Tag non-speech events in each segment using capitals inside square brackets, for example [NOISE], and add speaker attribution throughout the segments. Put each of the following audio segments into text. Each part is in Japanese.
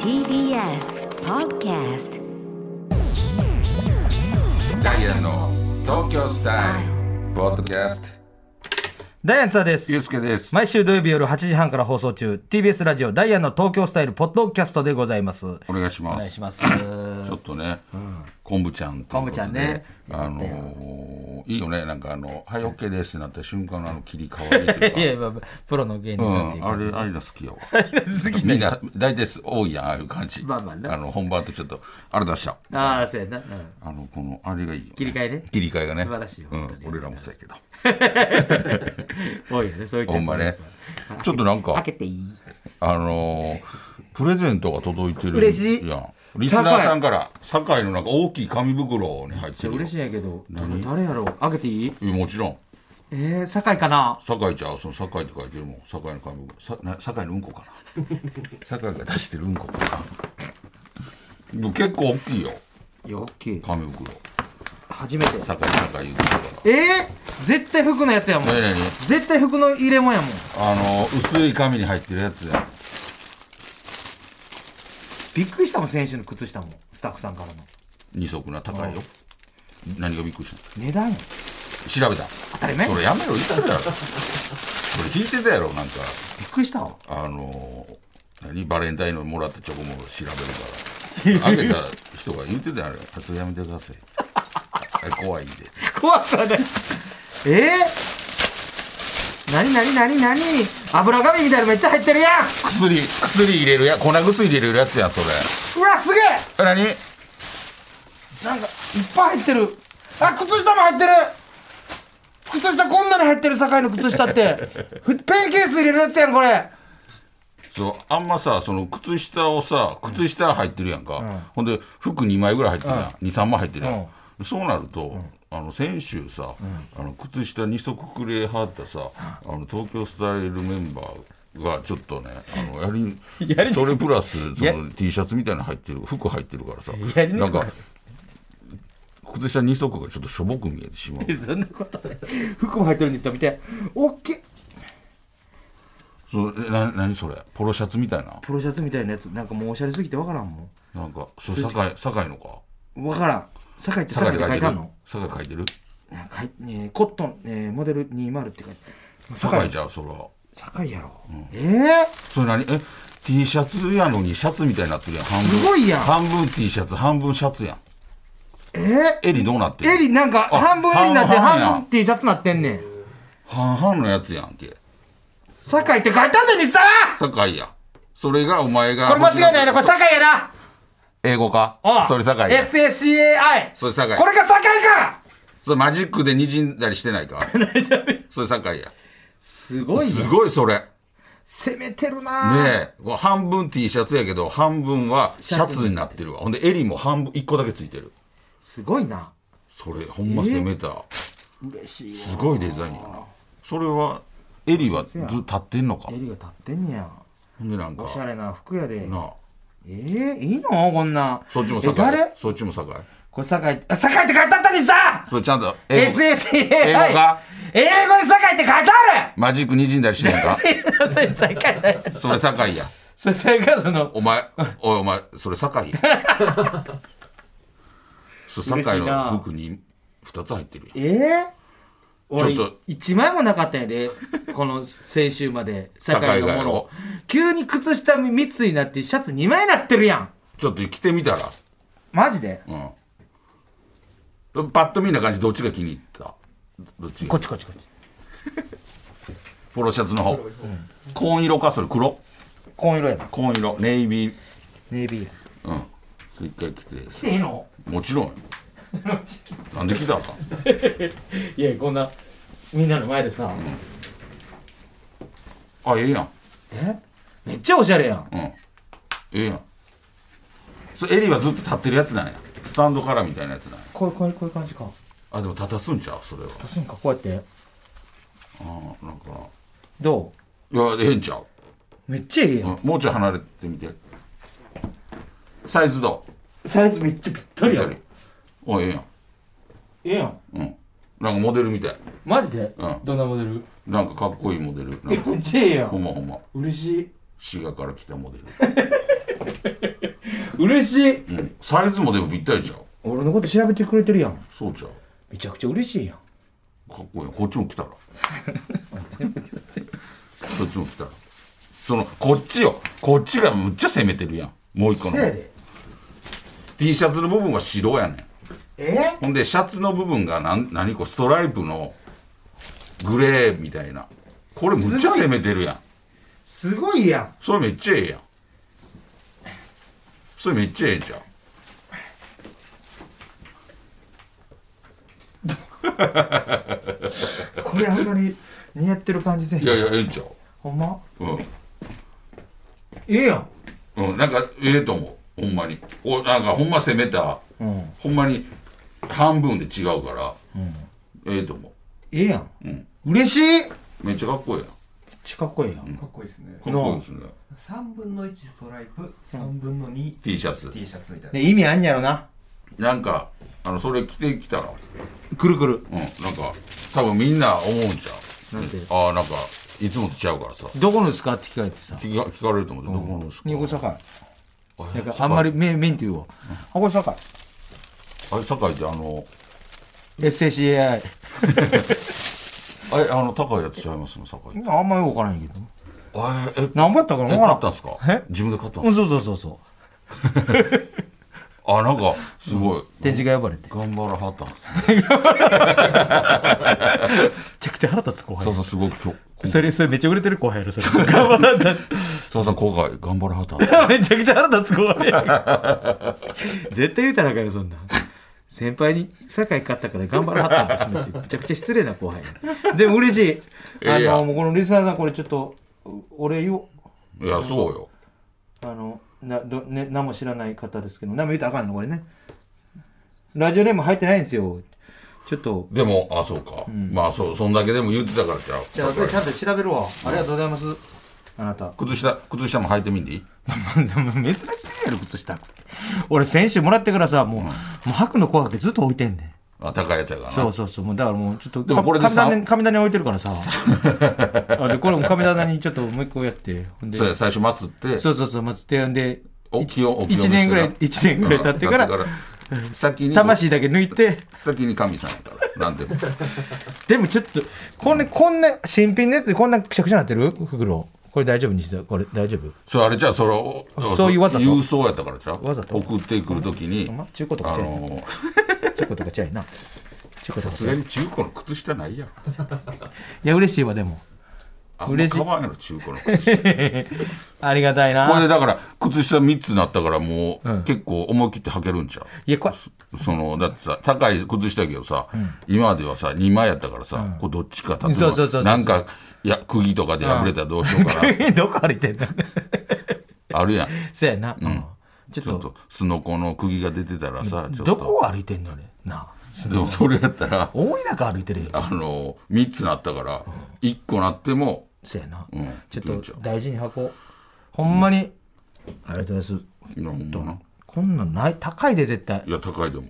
Speaker 1: TBS Podcast
Speaker 2: ダイアンの東京スタイルポッドキャス
Speaker 3: ダイアンツァーで
Speaker 2: トゆ
Speaker 3: す
Speaker 2: う。すけです
Speaker 3: 毎週土曜日夜8時半から放送中、TBS ラジオダイアンの東京スタイルポッドキャストでございます。お
Speaker 2: お願いします
Speaker 3: 願いします。
Speaker 2: ちょっとね、昆布ちゃんということで
Speaker 3: 昆布ちゃんね
Speaker 2: あのーいいよねなんかあの「はい OK です」ってなった瞬間のあの切り替わりと
Speaker 3: いや、
Speaker 2: いうか
Speaker 3: まあ、プロの芸
Speaker 2: う、
Speaker 3: 人さんっていうん
Speaker 2: あ
Speaker 3: 感じ
Speaker 2: れ
Speaker 3: で。
Speaker 2: ああいうの好きやわ
Speaker 3: 好き
Speaker 2: みんな大体す多いやんああいう感じ、
Speaker 3: まあまあね
Speaker 2: の本番とちょっとあれ出した
Speaker 3: ああ、そうやな。うん
Speaker 2: あのこのあれがいいよ、ね、
Speaker 3: 切り替えね
Speaker 2: 切り替えがね
Speaker 3: 素晴らしいよ
Speaker 2: う
Speaker 3: 本当
Speaker 2: ん
Speaker 3: に、
Speaker 2: 俺らもそうやけど
Speaker 3: 多いよね、そういう
Speaker 2: ほんまねちょっとなんか
Speaker 3: 開けていい
Speaker 2: あのープレゼントが届いてる
Speaker 3: 嬉しい
Speaker 2: やんリスナーさんから堺のなんか大きい紙袋に入ってるよ
Speaker 3: 嬉しいんやけど、誰やろう開けていい
Speaker 2: いやもちろん
Speaker 3: えー、酒井かな
Speaker 2: 堺ちゃうその堺って書いてるもん堺の紙袋さな堺のうんこかな
Speaker 3: [LAUGHS]
Speaker 2: 堺が出してるうんこかなでも結構大きいよ
Speaker 3: いや、オッケー。
Speaker 2: 紙袋
Speaker 3: 初めて。
Speaker 2: 堺堺言うてるか
Speaker 3: えー、絶対服のやつやもん
Speaker 2: ら。ねえねえね
Speaker 3: 絶対服の入れ物やもん。
Speaker 2: えあのー薄い紙に入ってるやつやん
Speaker 3: びっくりしたもん、先週の靴下も。スタッフさんからの。
Speaker 2: 二足な高いよ何がびっくりした
Speaker 3: 値段やん
Speaker 2: の調べた
Speaker 3: 当たり前
Speaker 2: そ
Speaker 3: び
Speaker 2: れやめろ言ったやろそれ聞いてたやろなんか
Speaker 3: っくりしたわ。
Speaker 2: あのー何バレンタインのもらったチョコも調べるからあげた人が言ってたやろあそれやめてくださいあ怖いんで
Speaker 3: 怖くはない。えー、なになになになに油紙みたいのめっちゃ入ってるやん
Speaker 2: 薬薬入れるや粉薬入れるやつやんそれ
Speaker 3: うわ、すげえ
Speaker 2: え何
Speaker 3: なんか、いっぱい入ってる。あ、靴下も入ってる靴下こんなに入ってる、堺の靴下って。ふペンケース入れるやつやん、これ。
Speaker 2: そうあんまさその靴下をさ靴下入ってるやんか、ほんで服2枚ぐらい入ってるやん、23枚入ってるやん、そうなると、あの先週さ、あの靴下2足くれはったさあの東京スタイルメンバーがちょっとねあのやりそれプラスそ
Speaker 3: や
Speaker 2: の T シャツみたいなの入ってる服入ってるからさ
Speaker 3: やりにくい
Speaker 2: なんか靴下2足がちょっとしょぼく見えてしまう
Speaker 3: [LAUGHS] そんなことない。服も入ってるんですよ、見て。おっけ
Speaker 2: そうえな何それポロシャツみたいな
Speaker 3: プロシャツみたいなやつ、なんかもうおしゃれすぎてわからんも
Speaker 2: なんかそれ堺堺のか
Speaker 3: ん。わからん。堺って
Speaker 2: 堺
Speaker 3: 堺っ
Speaker 2: で
Speaker 3: て書
Speaker 2: 書
Speaker 3: い
Speaker 2: い
Speaker 3: て
Speaker 2: て
Speaker 3: あ
Speaker 2: る
Speaker 3: るの
Speaker 2: 堺書いてる
Speaker 3: なんか入っ、ね、コットン、ね、モデル20って書いて
Speaker 2: 堺じゃんそれは
Speaker 3: 堺やろ。えー
Speaker 2: それ何え T シャツやのにシャツみたいになってるやん半分
Speaker 3: すごいやん
Speaker 2: 半分 T シャツ半分シャツやん
Speaker 3: え
Speaker 2: 襟どうなってる
Speaker 3: 襟なんか
Speaker 2: あ
Speaker 3: 半分襟になっ
Speaker 2: 半
Speaker 3: て
Speaker 2: 々や
Speaker 3: 半分 T シャツなってんねん
Speaker 2: 半々のやつやんけ
Speaker 3: 堺って書いてあったん西さ
Speaker 2: 堺やそれがお前が
Speaker 3: これ間違いないなこれ堺やな
Speaker 2: 英語か
Speaker 3: おい
Speaker 2: それ堺や
Speaker 3: SACAI
Speaker 2: それ堺
Speaker 3: これが堺か
Speaker 2: それマジックで滲んだりして
Speaker 3: [LAUGHS]
Speaker 2: ないかそれ堺や
Speaker 3: すごい
Speaker 2: す
Speaker 3: ね
Speaker 2: ごいそれね
Speaker 3: 攻めてるな
Speaker 2: えこれ半分 T シャツやけど半分はシャツになってるわほんで襟も半分1個だけついてる
Speaker 3: すごいな
Speaker 2: それほんま攻めた
Speaker 3: 嬉しいわ
Speaker 2: すごいデザインやなそれは襟はずっと立ってんのか
Speaker 3: 襟が立ってんねや
Speaker 2: ほんでなんか
Speaker 3: おしゃれな服やで
Speaker 2: なあ
Speaker 3: えー、いいのこんな
Speaker 2: そっちも
Speaker 3: え誰
Speaker 2: 栄そっちも栄
Speaker 3: これ堺あ堺って書いてあったん西さ
Speaker 2: それちゃんと英語
Speaker 3: SACAI
Speaker 2: 英語が
Speaker 3: 英語に堺って書いてある
Speaker 2: マジックにじんだりしてん
Speaker 3: [LAUGHS]
Speaker 2: のか
Speaker 3: それ堺ない
Speaker 2: それ堺や
Speaker 3: それ堺がその
Speaker 2: お前おいお前それ
Speaker 3: [LAUGHS]
Speaker 2: 堺やそれ堺
Speaker 3: 嬉しいな
Speaker 2: の服に2つ入ってるやん
Speaker 3: ええ俺
Speaker 2: ちょっと
Speaker 3: 一枚もなかったんやでこの先週ま
Speaker 2: [LAUGHS]
Speaker 3: で堺の
Speaker 2: 堺が
Speaker 3: も
Speaker 2: や
Speaker 3: の
Speaker 2: ろ
Speaker 3: 急に靴下3つになってシャツ2枚になってるやん
Speaker 2: ちょっと着てみたら
Speaker 3: マジで
Speaker 2: うんパッと見な感じどっちが気に入ったどっち
Speaker 3: こ
Speaker 2: が
Speaker 3: っちこっちこっち
Speaker 2: ポロシャツの方紺色かそれ黒
Speaker 3: 紺色やな
Speaker 2: 紺色ネイビー
Speaker 3: ネイビーや
Speaker 2: うんそれ一回着て
Speaker 3: でいいの
Speaker 2: もちろんよなんで来たらあかん
Speaker 3: いやこんなみんなの前でさ
Speaker 2: あええやん
Speaker 3: えめっちゃおしゃれやん
Speaker 2: うんええやんそれ襟はずっと立ってるやつなんやスタンドからみたいなやつなんや
Speaker 3: こうこうこういう感じか
Speaker 2: あでも立たすんちゃうそれは
Speaker 3: 出すんかこうやって
Speaker 2: あーなんか
Speaker 3: ど
Speaker 2: いやええんちゃう、
Speaker 3: うめっちゃいいや、
Speaker 2: うんん、もうちょい離れてみてサイズど
Speaker 3: サイズめっちゃぴった
Speaker 2: う
Speaker 3: りやん
Speaker 2: 左おええやん
Speaker 3: ええやん
Speaker 2: うんなんかモデルみたい
Speaker 3: マジで、
Speaker 2: うん
Speaker 3: どんなモデル
Speaker 2: なんかかっこいいモデルなんか
Speaker 3: めっちゃいいや
Speaker 2: ほん
Speaker 3: ん
Speaker 2: まほんま
Speaker 3: 嬉しい
Speaker 2: 滋賀から来たモデル
Speaker 4: 嬉しい
Speaker 2: うんサイズもでもぴったりじゃん
Speaker 4: 俺のこと調べてくれてるやん
Speaker 2: そうじゃん
Speaker 4: めちゃくちゃ嬉しいやん
Speaker 2: かっこいいこっちも来たらこっちも来たらそのこっちよこっちがむっちゃ攻めてるやんもう一個
Speaker 4: せや
Speaker 2: の
Speaker 4: で
Speaker 2: T シャツの部分は白やねん
Speaker 4: え
Speaker 2: ほんでシャツの部分がなん何こうストライプのグレーみたいなこれむっちゃ攻めてるやん
Speaker 4: すごいやん
Speaker 2: それめっちゃええやんそれめっちゃええじゃん
Speaker 4: これ本当に似合ってる感じせえへん
Speaker 2: いやいやええじゃん
Speaker 4: ほんま
Speaker 2: う
Speaker 4: ええやん
Speaker 2: ん、うん、なんかええと思うほんまにおなんかほんま攻めた
Speaker 4: うん
Speaker 2: ほんまに半分で違うから、ええと思
Speaker 4: ええやん
Speaker 2: う、うん、
Speaker 4: 嬉しい
Speaker 2: め
Speaker 4: めっ
Speaker 2: っちゃかっこいいやんか
Speaker 4: ちゃかっこいいやん
Speaker 5: かっこいいですね
Speaker 2: っこいいですね
Speaker 5: 3分の1ストライプ3分の 2T
Speaker 2: T シャツ
Speaker 5: シャツみたいな
Speaker 4: で意味あんやろな
Speaker 2: なんかあのそれ着てきたら
Speaker 4: くるくる
Speaker 2: うんなんか多分みんな思うんちゃう
Speaker 4: なんて
Speaker 2: ああなんかいつもとちゃうからさ
Speaker 4: どこのですかって聞かれてさ
Speaker 2: 聞か聞かれると思って、どこのですか
Speaker 4: 横坂井
Speaker 2: あ
Speaker 4: なんかあんまりメンメンって言うわあこれ坂井
Speaker 2: あれ堺ってあの
Speaker 4: SACAI
Speaker 2: あれあの高いやつちゃいますの堺
Speaker 4: あんまり分からへんけど
Speaker 2: あええ
Speaker 4: 何ぼやったかな
Speaker 2: え買
Speaker 4: 分
Speaker 2: っ
Speaker 4: か
Speaker 2: た
Speaker 4: ら
Speaker 2: ん
Speaker 4: ん
Speaker 2: すか
Speaker 4: え
Speaker 2: 自分で買ったん
Speaker 4: う
Speaker 2: す
Speaker 4: ん
Speaker 2: か
Speaker 4: そうそうそうそう
Speaker 2: あなんかすごい、
Speaker 4: 展示が呼ばれてめ
Speaker 2: 頑張らはったんすね
Speaker 4: ちゃくちゃ腹立つ後
Speaker 2: さ
Speaker 4: 輩
Speaker 2: あさんすごく今日
Speaker 4: それそれめっちゃ売れてる後輩やろそれ頑張らんだって
Speaker 2: さあさん今回頑張らはったんすね
Speaker 4: [LAUGHS] めちゃくちゃ腹立つ後輩やろ絶対言うたらあかんよそんなん先輩に酒井勝ったから頑張らはったんですねってめちゃくちゃ失礼な後輩やでも嬉しいあ
Speaker 2: いや
Speaker 4: のもうこのリスナーさんこれちょっと俺よ
Speaker 2: いやそうよ
Speaker 4: あのなど、ね、何も知らない方ですけど何も言うたらあかんのこれねラジオネーム入ってないんですよちょっと
Speaker 2: でもあそうか、まあそうそんだけでも言ってたからちゃう
Speaker 4: じゃあ
Speaker 2: 桜井
Speaker 4: ちゃんと調べるわありがとうございますあなた
Speaker 2: 靴下靴下も履いてみんでいい
Speaker 4: [LAUGHS] 珍しいやろ靴下俺先週もらってからさもう,、もう履くの怖くてずっと置いてんねん
Speaker 2: あ高いやつやからな
Speaker 4: そうそうそうもうだからもうちょっと
Speaker 2: でもこれで
Speaker 4: 神
Speaker 2: さ
Speaker 4: 棚に神棚に置いてる [LAUGHS] からさあでこれも神棚にちょっともう一個やってほんで
Speaker 2: そうや最初祭って
Speaker 4: そうそうそうまず提案で
Speaker 2: お清お清め
Speaker 4: 1年ぐらい一年ぐらい経ってから
Speaker 2: うん先に
Speaker 4: 魂だけ抜いて
Speaker 2: 先に神さんやからなんていうの
Speaker 4: でもちょっとこんなこんな新品のやつでこんなくしゃくしゃなってる袋これ大丈夫にしてこれ大丈夫
Speaker 2: それあれじゃあそれを
Speaker 4: [LAUGHS] そういうわざと
Speaker 2: 郵送やったからちゃう
Speaker 4: わざと
Speaker 2: 送ってくるときに
Speaker 4: ほんま中古とか
Speaker 2: あ
Speaker 4: ちゃうやん
Speaker 2: の
Speaker 4: チョコとかちゃいなチョコと
Speaker 2: さ
Speaker 4: か
Speaker 2: す
Speaker 4: ちゃ
Speaker 2: が
Speaker 4: う
Speaker 2: に中古の靴下ないやん
Speaker 4: いや嬉しいわでも [LAUGHS]
Speaker 2: あんま
Speaker 4: 嬉しい
Speaker 2: 買わんやろ中古の靴下
Speaker 4: ありがたい
Speaker 2: これで
Speaker 4: な
Speaker 2: だから靴下3つなったからも
Speaker 4: うん
Speaker 2: う結構思い切って履けるんちゃう
Speaker 4: いやこれ
Speaker 2: そのだってさ高い靴下やけどさ、今まではさ2枚やったからさ、こうどっちか例えば
Speaker 4: そうそうそうそう
Speaker 2: なんかいや釘とかで破れたらどうしようかな、
Speaker 4: [LAUGHS] どこ歩いてんの
Speaker 2: あるやん
Speaker 4: そうやな、うんちょっ
Speaker 2: ちょっ
Speaker 4: と
Speaker 2: とすのこの釘が出てたらさちょっと
Speaker 4: どこを歩いてんのねなあ
Speaker 2: でもそれやったら
Speaker 4: 大田舎歩いてるよ
Speaker 2: あの3つなったから1個なっても、
Speaker 4: そうやな、
Speaker 2: うん、
Speaker 4: ち
Speaker 2: いけ
Speaker 4: ょ
Speaker 2: ん
Speaker 4: っ
Speaker 2: ちゃ
Speaker 4: と大事に履こうほんまに、ありがとうございます
Speaker 2: ういやほんまな
Speaker 4: こんなんない高いで絶対
Speaker 2: いや高いでも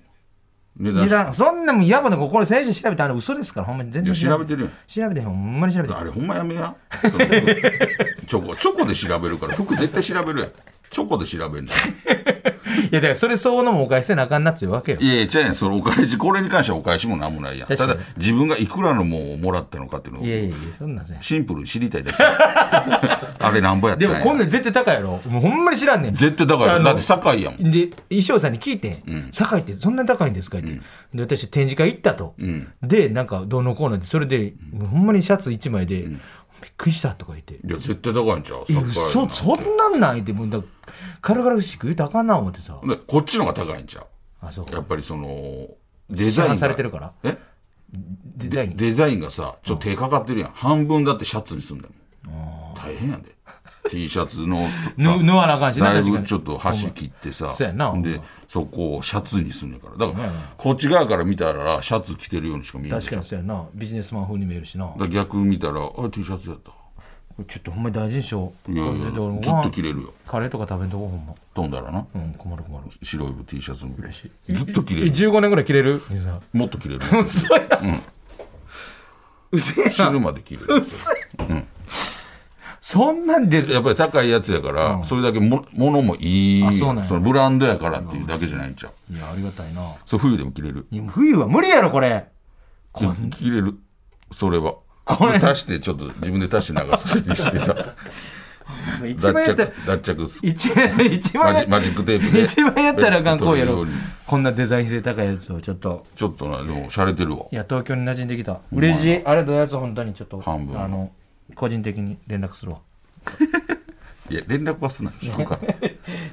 Speaker 2: 値段
Speaker 4: 値段そんなもんやばなここれ先生調べたあれ嘘ですからほんまに全
Speaker 2: い
Speaker 4: 然
Speaker 2: や調べ
Speaker 4: て
Speaker 2: てるやん
Speaker 4: 調べてへんほんまに調べてへん
Speaker 2: あれほんまやめや [LAUGHS] チョコチョコで調べるから服絶対調べるやんチョコで調べるんだ
Speaker 4: いやだからそれ相応のもお返しせなあかんなっちゅうわけよ
Speaker 2: いやいや、じゃあそのお返し、これに関してはお返しもなんもないやん。
Speaker 4: 確か
Speaker 2: た
Speaker 4: に
Speaker 2: だ、自分がいくらのもんをもらったのかっていうの
Speaker 4: いや
Speaker 2: を、
Speaker 4: いやいやそんなんせん
Speaker 2: シンプルに知りたいだけ。 [LAUGHS] あれなんぼやった
Speaker 4: [LAUGHS] で
Speaker 2: ん
Speaker 4: も
Speaker 2: や
Speaker 4: こんなん絶対高いやろもうほんまに知らんねん
Speaker 2: 絶対だか
Speaker 4: あ
Speaker 2: ら、
Speaker 4: の
Speaker 2: だって堺やもん。
Speaker 4: で衣装さんに聞いて「堺、ってそんなに高いんですか?」って、で私展示会行ったと、
Speaker 2: ん
Speaker 4: でなんかどうのこうのってそれで、ほんまにシャツ1枚で、びっくりしたとか言って「
Speaker 2: いや、絶対高いんちゃう
Speaker 4: え
Speaker 2: 堺や
Speaker 4: 嘘
Speaker 2: な
Speaker 4: そんなんない」ってもうだ軽々しく言うたらあかんな思ってさ、
Speaker 2: でこっちの方が高いんちゃう
Speaker 4: あそう
Speaker 2: やっぱりその、デザイン
Speaker 4: 市販
Speaker 2: が。
Speaker 4: されてるから
Speaker 2: え
Speaker 4: デザイン
Speaker 2: デザインがさ、ちょっと手かかってるやん。半分だってシャツにすんだもん。大変やで。T シャツのさ。
Speaker 4: [LAUGHS] ぬ縫わなあかんしな
Speaker 2: だい
Speaker 4: 確か
Speaker 2: ぶ
Speaker 4: に
Speaker 2: ちょっと箸切ってさ
Speaker 4: そうやなほんま
Speaker 2: でそこをシャツにすんねんからだからこっち側から見たらシャツ着てるようにしか見えない
Speaker 4: 確かにそうやなビジネスマン風に見えるしな
Speaker 2: だから逆見たらあ T シャツやった
Speaker 4: これちょっとほんまに大事にしよう
Speaker 2: いやい
Speaker 4: これで俺も
Speaker 2: やず
Speaker 4: ご飯
Speaker 2: っと着れるよ
Speaker 4: カレーとか食べんとこほんま
Speaker 2: 飛んだらな
Speaker 4: うん困る困る
Speaker 2: 白い T シャツもずっと着れる
Speaker 4: 15年ぐらい着れる水菜
Speaker 2: もっと着れる
Speaker 4: 嘘や、うせえな
Speaker 2: 昼まで着れる
Speaker 4: 嘘や、そんなんで、
Speaker 2: やっぱり高いやつやから、それだけも物もい
Speaker 4: あ
Speaker 2: い
Speaker 4: そうなんや
Speaker 2: のブランドやからっていうだけじゃないんちゃう、
Speaker 4: いや、ありがたいな。
Speaker 2: そう冬でも着れる
Speaker 4: いや冬は無理やろ、これ。こん
Speaker 2: 着れるそれは
Speaker 4: これ
Speaker 2: そ足してちょっと自分で足しながらそれにしてさ
Speaker 4: [LAUGHS] 一
Speaker 2: 脱
Speaker 4: 番やった
Speaker 2: 着
Speaker 4: ら、
Speaker 2: 脱着す
Speaker 4: 一番、一
Speaker 2: マ
Speaker 4: 番や
Speaker 2: ジマジックテープで
Speaker 4: 一番やったらあかんこうや
Speaker 2: ベッド取れる
Speaker 4: ろ
Speaker 2: ように
Speaker 4: こんなデザイン性高いやつをちょっと。
Speaker 2: ちょっとなでも洒落てるわ
Speaker 4: いや、東京に馴染んできた。嬉しい。ありがとうございます、本当に。ちょっと、
Speaker 2: 半分
Speaker 4: あの、個人的に連絡するわ。
Speaker 2: いや連絡はすなよ聞くから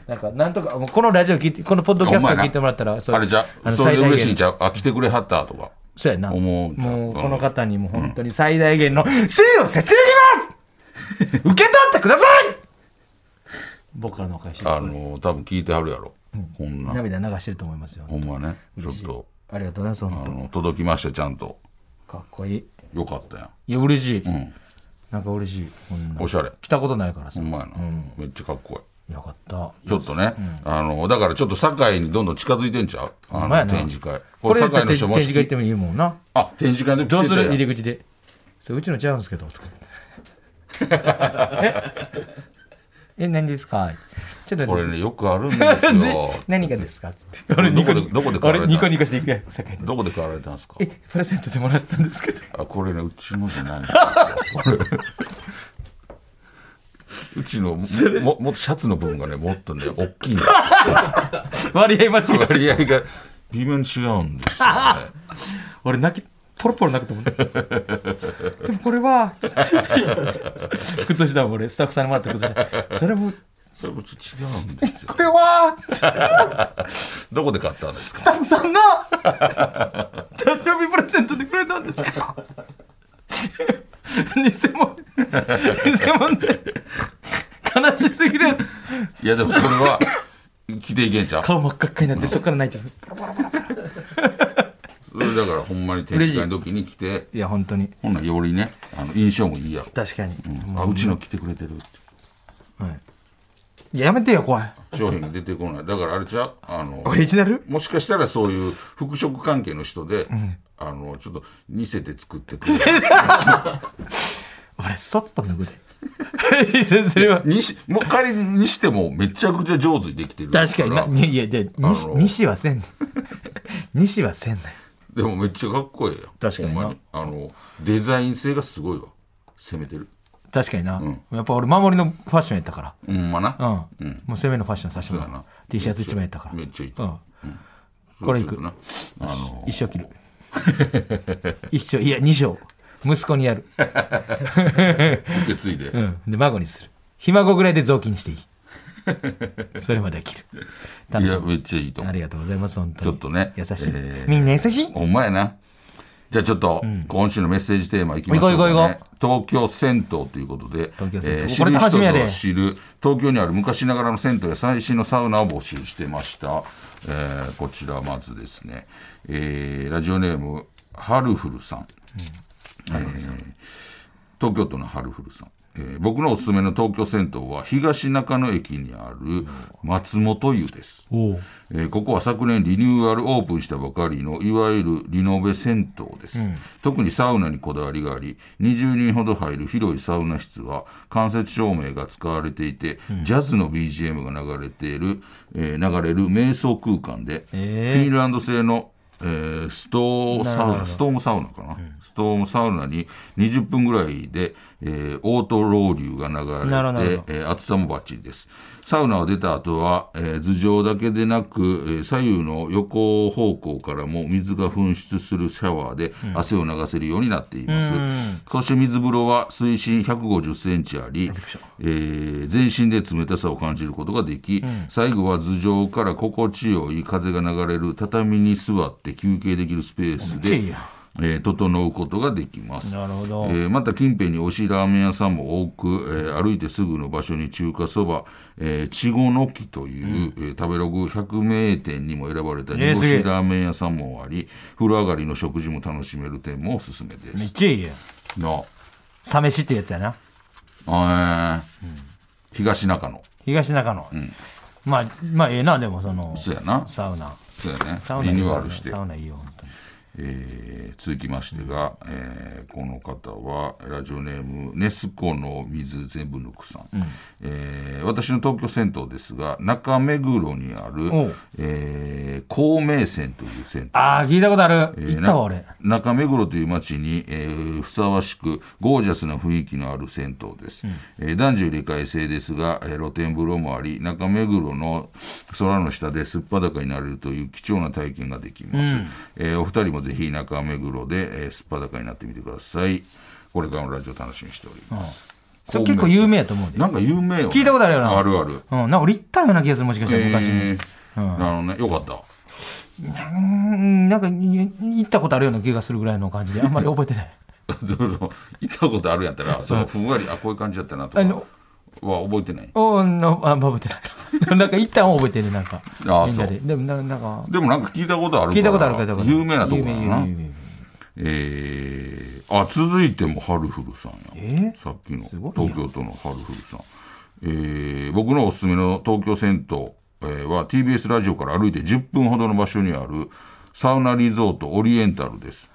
Speaker 4: なんか、なんとか、もうこのラジオ聞いて、このポッドキャスト
Speaker 2: ほんまやな
Speaker 4: 聞いてもらったら、そう
Speaker 2: あれじゃ
Speaker 4: あの
Speaker 2: それ
Speaker 4: 最
Speaker 2: で
Speaker 4: 大
Speaker 2: 嬉しいん
Speaker 4: 限
Speaker 2: ち。ゃうあ来てくれはったとか
Speaker 4: そうやな。
Speaker 2: 思うんちゃう
Speaker 4: もう、この方にも本当に最大限の、誠意を差し
Speaker 2: [LAUGHS]
Speaker 4: 上げます受け取ってください僕からのお返しです
Speaker 2: あの多分聞いてはるやろこんな
Speaker 4: 涙流してると思いますよ。
Speaker 2: ほんまねちょっと
Speaker 4: ありがとうございます、
Speaker 2: あ
Speaker 4: 本
Speaker 2: の届きましたちゃんと
Speaker 4: 当。かっこいい。
Speaker 2: よかったやん
Speaker 4: いや、嬉しい。
Speaker 2: ん
Speaker 4: なんか嬉しい。こんな
Speaker 2: おしゃれ
Speaker 4: 来たことないからさ
Speaker 2: ほ。んまやなめっちゃかっこいい
Speaker 4: よかった。
Speaker 2: ちょっとね、あのだからちょっと堺にどんどん近づいてんちゃうあ
Speaker 4: んまや
Speaker 2: の
Speaker 4: な
Speaker 2: 展示会
Speaker 4: これだった
Speaker 2: 堺
Speaker 4: ら展示展示会行って
Speaker 2: もし
Speaker 4: もいいもんな。
Speaker 2: あ展示会の時
Speaker 4: どう
Speaker 2: 来て
Speaker 4: する
Speaker 2: たやん
Speaker 4: 入り口で。それうちのちゃうんですけど。と
Speaker 2: [LAUGHS]
Speaker 4: かええ、何ですかちょっと
Speaker 2: こ
Speaker 4: 待っ
Speaker 2: れねよくあるん
Speaker 4: て [LAUGHS]
Speaker 2: ですよ
Speaker 4: 何がですかつって。俺ニコニコ
Speaker 2: どこで買われた
Speaker 4: 俺ニコニコしていくやん、酒井に
Speaker 2: どこで買われたんですか
Speaker 4: え、プレゼントでもらったんですけど。
Speaker 2: あこれねうちのじゃないんですよこれうちのもももっとシャツの部分がねもっと
Speaker 4: [LAUGHS]
Speaker 2: ね大きいんですよ
Speaker 4: [LAUGHS] 割合間違え
Speaker 2: 割合が微妙に違うんですよね
Speaker 4: 俺泣きポロポロ泣くと思う [LAUGHS] でもこれは [LAUGHS] 靴下も俺スタッフさんにもらった靴下それも
Speaker 2: それもちょっと違うんですよ
Speaker 4: これは
Speaker 2: どこで買ったんですか
Speaker 4: スタッフさんが [LAUGHS] 誕生日プレゼントでくれたんですか [LAUGHS] 偽物偽物で悲しすぎる
Speaker 2: いやでもそれは着ていけんちゃう
Speaker 4: 顔真っ赤っかになってそっから泣いてる
Speaker 2: それだからほんまに展示会の時に来て
Speaker 4: いや本当に
Speaker 2: ほんならよりねあの印象もいいやろ、
Speaker 4: 確かに、
Speaker 2: うんあうちの来てくれてるって
Speaker 4: はいいややめてよ怖い
Speaker 2: 商品が出てこないだからあれちゃうあ
Speaker 4: [LAUGHS]
Speaker 2: の
Speaker 4: オリジナル
Speaker 2: もしかしたらそういう服飾関係の人で、あのちょっと似せて作ってく
Speaker 4: [LAUGHS]
Speaker 2: れる
Speaker 4: 俺そっと脱ぐで [LAUGHS] 先生は
Speaker 2: にしもう仮にしてもめちゃくちゃ上手にできてるから
Speaker 4: 確かにな。いやいや、で、西
Speaker 2: あの
Speaker 4: 西はせんねん。西はせんね [LAUGHS] ん。
Speaker 2: でもめっちゃかっこええやん
Speaker 4: 確かにな
Speaker 2: ほんまあのデザイン性がすごいわ攻めてる
Speaker 4: 確かにな。やっぱ俺、守りのファッションやったか
Speaker 2: ほんま
Speaker 4: ら。
Speaker 2: な、
Speaker 4: うん。もう攻めのファッションさせてもら
Speaker 2: そうや
Speaker 4: う
Speaker 2: な。
Speaker 4: T シャツ一枚やったから。
Speaker 2: めっちゃいい、
Speaker 4: うん。これいく
Speaker 2: ちょっとなあの
Speaker 4: 一生着る。 [LAUGHS] 一生、いや、二生。息子にやる。
Speaker 2: 受け継いで、
Speaker 4: うん。で、孫にする。ひ孫ぐらいで雑巾に
Speaker 2: [LAUGHS]
Speaker 4: していい。それまでは着る。楽
Speaker 2: い
Speaker 4: し
Speaker 2: や
Speaker 4: み。
Speaker 2: めっちゃいいと思
Speaker 4: あ
Speaker 2: う
Speaker 4: りがとうございます、本当に。
Speaker 2: ちょっとね
Speaker 4: 優しい
Speaker 2: え。ー
Speaker 4: みんな優しい。
Speaker 2: ほんまやなじゃあちょっと、今週のメッセージテーマいきましょう,、ね、
Speaker 4: いこういこういこ
Speaker 2: 東京銭湯ということで
Speaker 4: 東京銭湯
Speaker 2: えー
Speaker 4: こ
Speaker 2: 知
Speaker 4: れ
Speaker 2: る人
Speaker 4: 楽しみやで
Speaker 2: ぞ知る東京にある昔ながらの銭湯や最新のサウナを募集してました、えーこちらまずですね、えーラジオネームハルフルさんえー東京都の春古さん、えー僕のおすすめの東京銭湯は東中野駅にある松本湯です、
Speaker 4: おう
Speaker 2: えーここは昨年リニューアルオープンしたばかりのいわゆるリノベ銭湯です、特にサウナにこだわりがあり20人ほど入る広いサウナ室は間接照明が使われていて、ジャズの BGM が流れている、えー流れる瞑想空間で、
Speaker 4: えー
Speaker 2: フィンランド製の、えーストーサウナストームサウナかな、ストームサウナに20分ぐらいで、えーオートロウリュが
Speaker 4: なるほどな
Speaker 2: 流
Speaker 4: る
Speaker 2: れ
Speaker 4: ほ
Speaker 2: て、えー厚さもバッチリですサウナを出た後は、えー頭上だけでなく、えー左右の横方向からも水が噴出するシャワーで汗を流せるようになっています、そして水風呂は水深150センチあり、えー全身で冷たさを感じることができ、最後は頭上から心地よい風が流れる畳に座って休憩できるスペース
Speaker 4: めっちゃいい
Speaker 2: で
Speaker 4: やん、
Speaker 2: えー整うことができます
Speaker 4: なるほど。
Speaker 2: えーまた近辺に美味しいラーメン屋さんも多く、えー歩いてすぐの場所に中華そば、えー、ちごの木という、えー食べログ100名店にも選ばれた煮
Speaker 4: えー
Speaker 2: 干
Speaker 4: すげえ
Speaker 2: しラーメン屋さんもあり風呂上がりの食事も楽しめる点もおすすめで
Speaker 4: めっ
Speaker 2: す。
Speaker 4: ちゃいいやん。
Speaker 2: な
Speaker 4: サメシってやつやな。
Speaker 2: あえー東中野
Speaker 4: 東中野、まあまあええなでもその
Speaker 2: そうやな
Speaker 4: サウナ
Speaker 2: そうやね
Speaker 4: サウナ
Speaker 2: リニューアルして
Speaker 4: サウナいいよ本当に
Speaker 2: えー続きましてが、えーこの方はラジオネームネスコの水全部抜くさん、えー私の東京銭湯ですが中目黒にあ
Speaker 4: お
Speaker 2: る
Speaker 4: う、
Speaker 2: えー、孔明線という銭湯
Speaker 4: ああ、聞いたことある。
Speaker 2: えー
Speaker 4: 行ったわ、俺
Speaker 2: な。中目黒という町に、えーふさわしくゴージャスな雰囲気のある銭湯です、えー男女入れ替え制ですが、えー露天風呂もあり中目黒の空の下ですっ裸になれるという貴重な体験ができます、えーお二人もぜひ中目黒で、えーすっ裸になってみてくださいこれからのラジオ楽しみにしております、
Speaker 4: それ結構有名やと思うで。
Speaker 2: なんか有名よね、
Speaker 4: 聞いたことあるよな
Speaker 2: あるある
Speaker 4: うん、なんか俺行ったような気がする、もしかしたら昔に。
Speaker 2: えーなるほどねよかった [LAUGHS]
Speaker 4: うん、なんかい行ったことあるような気がするぐらいの感じで、
Speaker 2: [LAUGHS]
Speaker 4: あんまり覚えてない。
Speaker 2: どうぞ行ったことあるんやったら、そのふんわり、あ、こういう感じだったなと
Speaker 4: あ
Speaker 2: か
Speaker 4: の
Speaker 2: は覚えてない。
Speaker 4: おーのあ、覚えてない。 [LAUGHS] なんか一旦は覚えてる、なんか。
Speaker 2: あー
Speaker 4: みんなで。
Speaker 2: そ
Speaker 4: でもな、なんか、
Speaker 2: でもなんか聞いたことあるから
Speaker 4: 聞いたことある、聞いたことある。
Speaker 2: 有名なとこだ
Speaker 4: 有名
Speaker 2: な
Speaker 4: 有。名有名
Speaker 2: えー、あ、続いてもハルフルさんや。
Speaker 4: えー
Speaker 2: さっきの
Speaker 4: すごいよ
Speaker 2: 東京都のハルフルさん。えー、僕のおすすめの東京銭湯えーは TBS ラジオから歩いて10分ほどの場所にあるサウナリゾートオリエンタルです。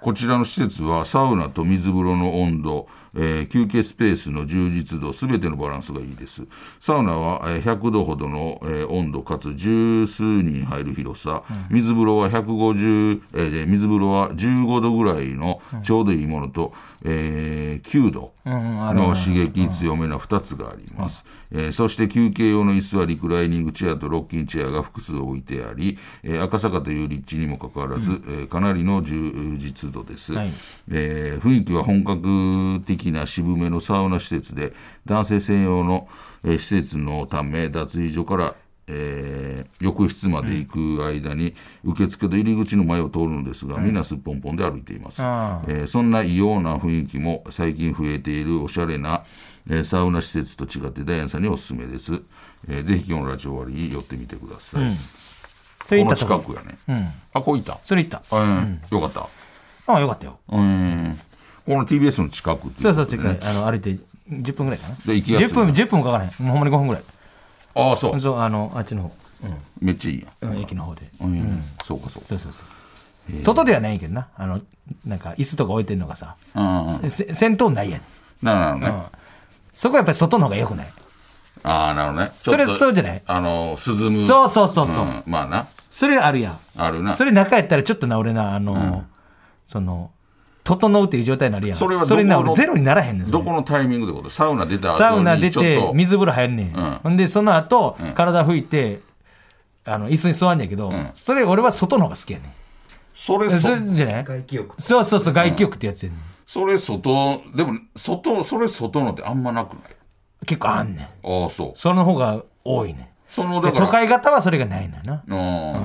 Speaker 2: こちらの施設はサウナと水風呂の温度、えー休憩スペースの充実度すべてのバランスがいいですサウナは、えー100度ほどの、えー温度かつ十数人入る広さ、水風呂は150、えーで水風呂は15度ぐらいのちょうどいいものと、えー9度
Speaker 4: うんうんある
Speaker 2: の刺激強めな2つがあります、えーそして休憩用の椅子はリクライニングチェアとロッキンチェアが複数置いてあり、えー赤坂という立地にもかかわらず、えーかなりの充実度です、
Speaker 4: はい
Speaker 2: えー雰囲気は本格的な渋めのサウナ施設で男性専用の、えー施設のため脱衣所からえー浴室まで行く間に、受付と入り口の前を通るのですが、みんなすっぽんぽんで歩いています、
Speaker 4: あ
Speaker 2: えーそんな異様な雰囲気も最近増えているおしゃれな、えーサウナ施設と違ってダイアンさんにおすすめです、えーぜひ今日のラジオ終わりに寄ってみてください、
Speaker 4: それ行
Speaker 2: この
Speaker 4: ったと
Speaker 2: 近
Speaker 4: こ。
Speaker 2: くやね、
Speaker 4: うん。
Speaker 2: あこういった
Speaker 4: それ行った。
Speaker 2: うん、よかった
Speaker 4: ああ、よかったよ。
Speaker 2: うんこの TBS の近くってい
Speaker 4: そうそう、
Speaker 2: こと
Speaker 4: 近
Speaker 2: で
Speaker 4: い。あの、歩いて10分ぐらいかな。
Speaker 2: で行きやすい
Speaker 4: 10分、10分もかからへん。もうほんまに5分ぐらい。
Speaker 2: ああそう
Speaker 4: そう、あの、あっちの方。
Speaker 2: めっちゃいいやん
Speaker 4: うん、駅の方で。
Speaker 2: うん、そうかそうか
Speaker 4: そうそうそうそう。外ではないけどな。あの、なんか、椅子とか置いてんのがさ、
Speaker 2: うんうん
Speaker 4: せ戦闘ないやん。
Speaker 2: なるほどね、
Speaker 4: そこはやっぱり外の方が良くない。
Speaker 2: ああなるほどねちょ
Speaker 4: それ
Speaker 2: っと
Speaker 4: そうじゃない
Speaker 2: あの涼む
Speaker 4: そうそうそうそう。
Speaker 2: んまあな
Speaker 4: それあるやん。
Speaker 2: あるな
Speaker 4: それ中やったらちょっとな、俺な、あの、その、整うっていう状態になるやん。
Speaker 2: それはどこの
Speaker 4: そな、俺ゼロにならへんねん。そ
Speaker 2: ど
Speaker 4: れ
Speaker 2: このタイミングってことサウナ出た後に
Speaker 4: サウナ出
Speaker 2: ちょってと、
Speaker 4: 水風呂入んねん。
Speaker 2: うん
Speaker 4: ほんで、その後、体拭いて、あの、椅子に座んねんけど、
Speaker 2: ん
Speaker 4: それ俺は外の方が好きやねん。
Speaker 2: それ
Speaker 4: そ
Speaker 2: そ
Speaker 4: れじゃない
Speaker 5: 外気浴
Speaker 4: そうそうそう、外気浴ってやつやねん。
Speaker 2: それ外でも外それ外のってあんまなくない
Speaker 4: 結構あんねん。
Speaker 2: ああそう
Speaker 4: その方が多いねん。
Speaker 2: その
Speaker 4: で
Speaker 2: だから
Speaker 4: 都会型はそれがないのよな。
Speaker 2: うん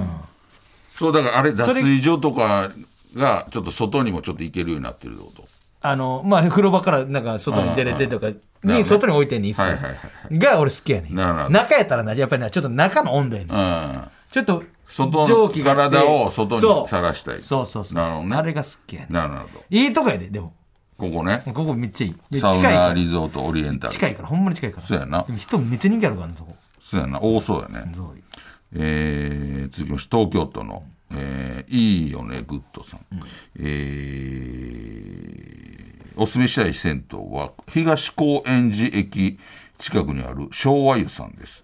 Speaker 2: そうだからあれ脱
Speaker 4: それ
Speaker 2: 衣所とかがちょっと外にもちょっと行けるようになってるってこと
Speaker 4: あの、まあ、風呂場からなんか外に出れてとか
Speaker 2: うんうん
Speaker 4: に、外に置いてんねん、椅
Speaker 2: はいはいはい
Speaker 4: 子が俺好きやねん。
Speaker 2: なるほど
Speaker 4: 中やったらな、やっぱりな、ちょっと中の温度やねん。
Speaker 2: うん
Speaker 4: ちょっと、
Speaker 2: 外の
Speaker 4: 蒸気があって
Speaker 2: 体を外に
Speaker 4: そう
Speaker 2: さらしたい
Speaker 4: そうそうそう。
Speaker 2: なるほどね
Speaker 4: あれが好きやねん。
Speaker 2: なるほど
Speaker 4: いいとこやで、でも。
Speaker 2: ここね
Speaker 4: ここめっちゃいい。で
Speaker 2: サ
Speaker 4: 近
Speaker 2: ウ
Speaker 4: いか
Speaker 2: ナ
Speaker 4: ら。
Speaker 2: リゾートオリエンタル
Speaker 4: 近いから、ほんまに近いから。
Speaker 2: そうやな
Speaker 4: でも人めっちゃ人気あるからね、そこ。
Speaker 2: そうやな多そうやね
Speaker 4: そう
Speaker 2: えー続きまして東京都の、えーいいよねグッドさん、えーおすすめしたい銭湯は東高円寺駅近くにある昭和湯さんです、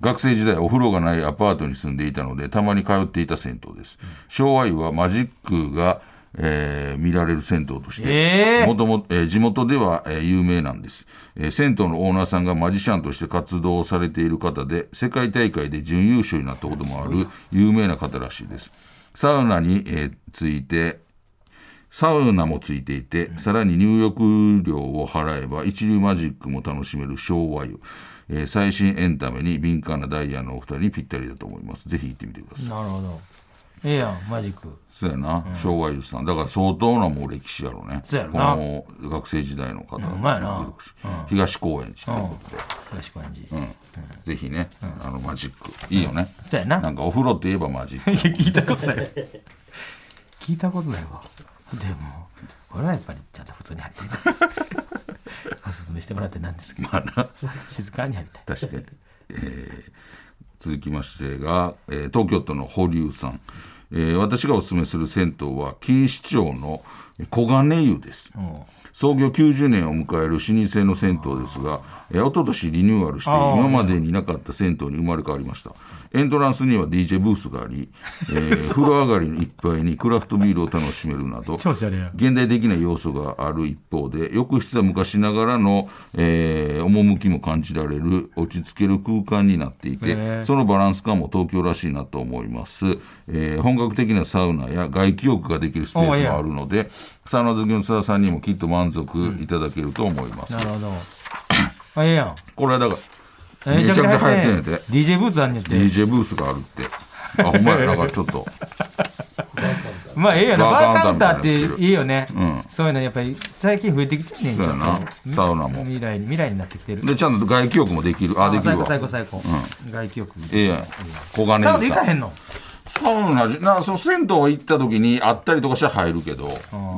Speaker 2: 学生時代お風呂がないアパートに住んでいたのでたまに通っていた銭湯です、昭和湯はマジックが、えー見られる銭湯として、
Speaker 4: えー
Speaker 2: もともと、えー地元では、えー有名なんです、えー銭湯のオーナーさんがマジシャンとして活動されている方で世界大会で準優勝になったこともある有名な方らしいですサウナに、えーついてサウナもついていて、さらに入浴料を払えば一流マジックも楽しめる昭和湯、えー最新エンタメに敏感なダイヤのお二人にぴったりだと思いますぜひ行ってみてください、
Speaker 4: なるほど。ええやん、マジック。
Speaker 2: そうやな、昭和湯さんだから相当なもう歴史やろね
Speaker 4: そうやろな
Speaker 2: この学生時代の方
Speaker 4: ほんまやな
Speaker 2: 東高円寺ということで、
Speaker 4: 東高円寺。
Speaker 2: ぜひね、あのマジックいいよね、
Speaker 4: そうやな。
Speaker 2: なんかお風呂といえばマジック
Speaker 4: [LAUGHS] いや、聞いたことない。聞いたことないわ。でも、俺はやっぱりちゃんと普通に入りた
Speaker 2: [LAUGHS]
Speaker 4: い。おすすめしてもらってなんですけど、
Speaker 2: まあな
Speaker 4: 静かに入りたい。
Speaker 2: 確かに、えー続きましてが、えー東京都の保留さん、えー私がお勧めする銭湯は錦糸町の小金湯です、創業90年を迎える老舗の銭湯ですが、えー一昨年リニューアルして、今までになかった銭湯に生まれ変わりました。エントランスには DJ ブースがあり、えー風呂上がりの一杯にクラフトビールを楽しめるなど、
Speaker 4: ちゃおしゃれや
Speaker 2: 現代的な要素がある一方で、浴室は昔ながらの、えー趣も感じられる、落ち着ける空間になってい
Speaker 4: へー
Speaker 2: て、そのバランス感も東京らしいなと思います。えー本格的なサウナや外気浴ができるスペースもあるので、サウナ好きの津田さんにもきっと満足いただけると思います。
Speaker 4: なるほどあええやん
Speaker 2: これはだから、
Speaker 4: え
Speaker 2: めちゃくちゃ流行ってんや
Speaker 4: ん
Speaker 2: て
Speaker 4: DJ ブーツあんねんて
Speaker 2: DJ ブースがあるって。あ、ほんまや、なんかちょっ
Speaker 4: [LAUGHS]
Speaker 2: と。
Speaker 4: まあええよな
Speaker 2: バー
Speaker 4: バーカ
Speaker 2: カ
Speaker 4: ウ
Speaker 2: ウ
Speaker 4: ン
Speaker 2: ン
Speaker 4: タ
Speaker 2: ター
Speaker 4: ー
Speaker 2: みた
Speaker 4: って
Speaker 2: いになってる
Speaker 4: いいよね、
Speaker 2: うん
Speaker 4: そういうのやっぱり最近増えてきてんねん
Speaker 2: そうやなサウナも
Speaker 4: 未来に未来になってきてる
Speaker 2: で、ちゃんと外気浴もできる。あ、できるわ。
Speaker 4: 最高最高最高、外気浴
Speaker 2: ええやん。小金井
Speaker 4: サウナ行
Speaker 2: さ
Speaker 4: か
Speaker 2: ん
Speaker 4: へんの
Speaker 2: サウナじなその銭湯行った時にあったりとかして入るけど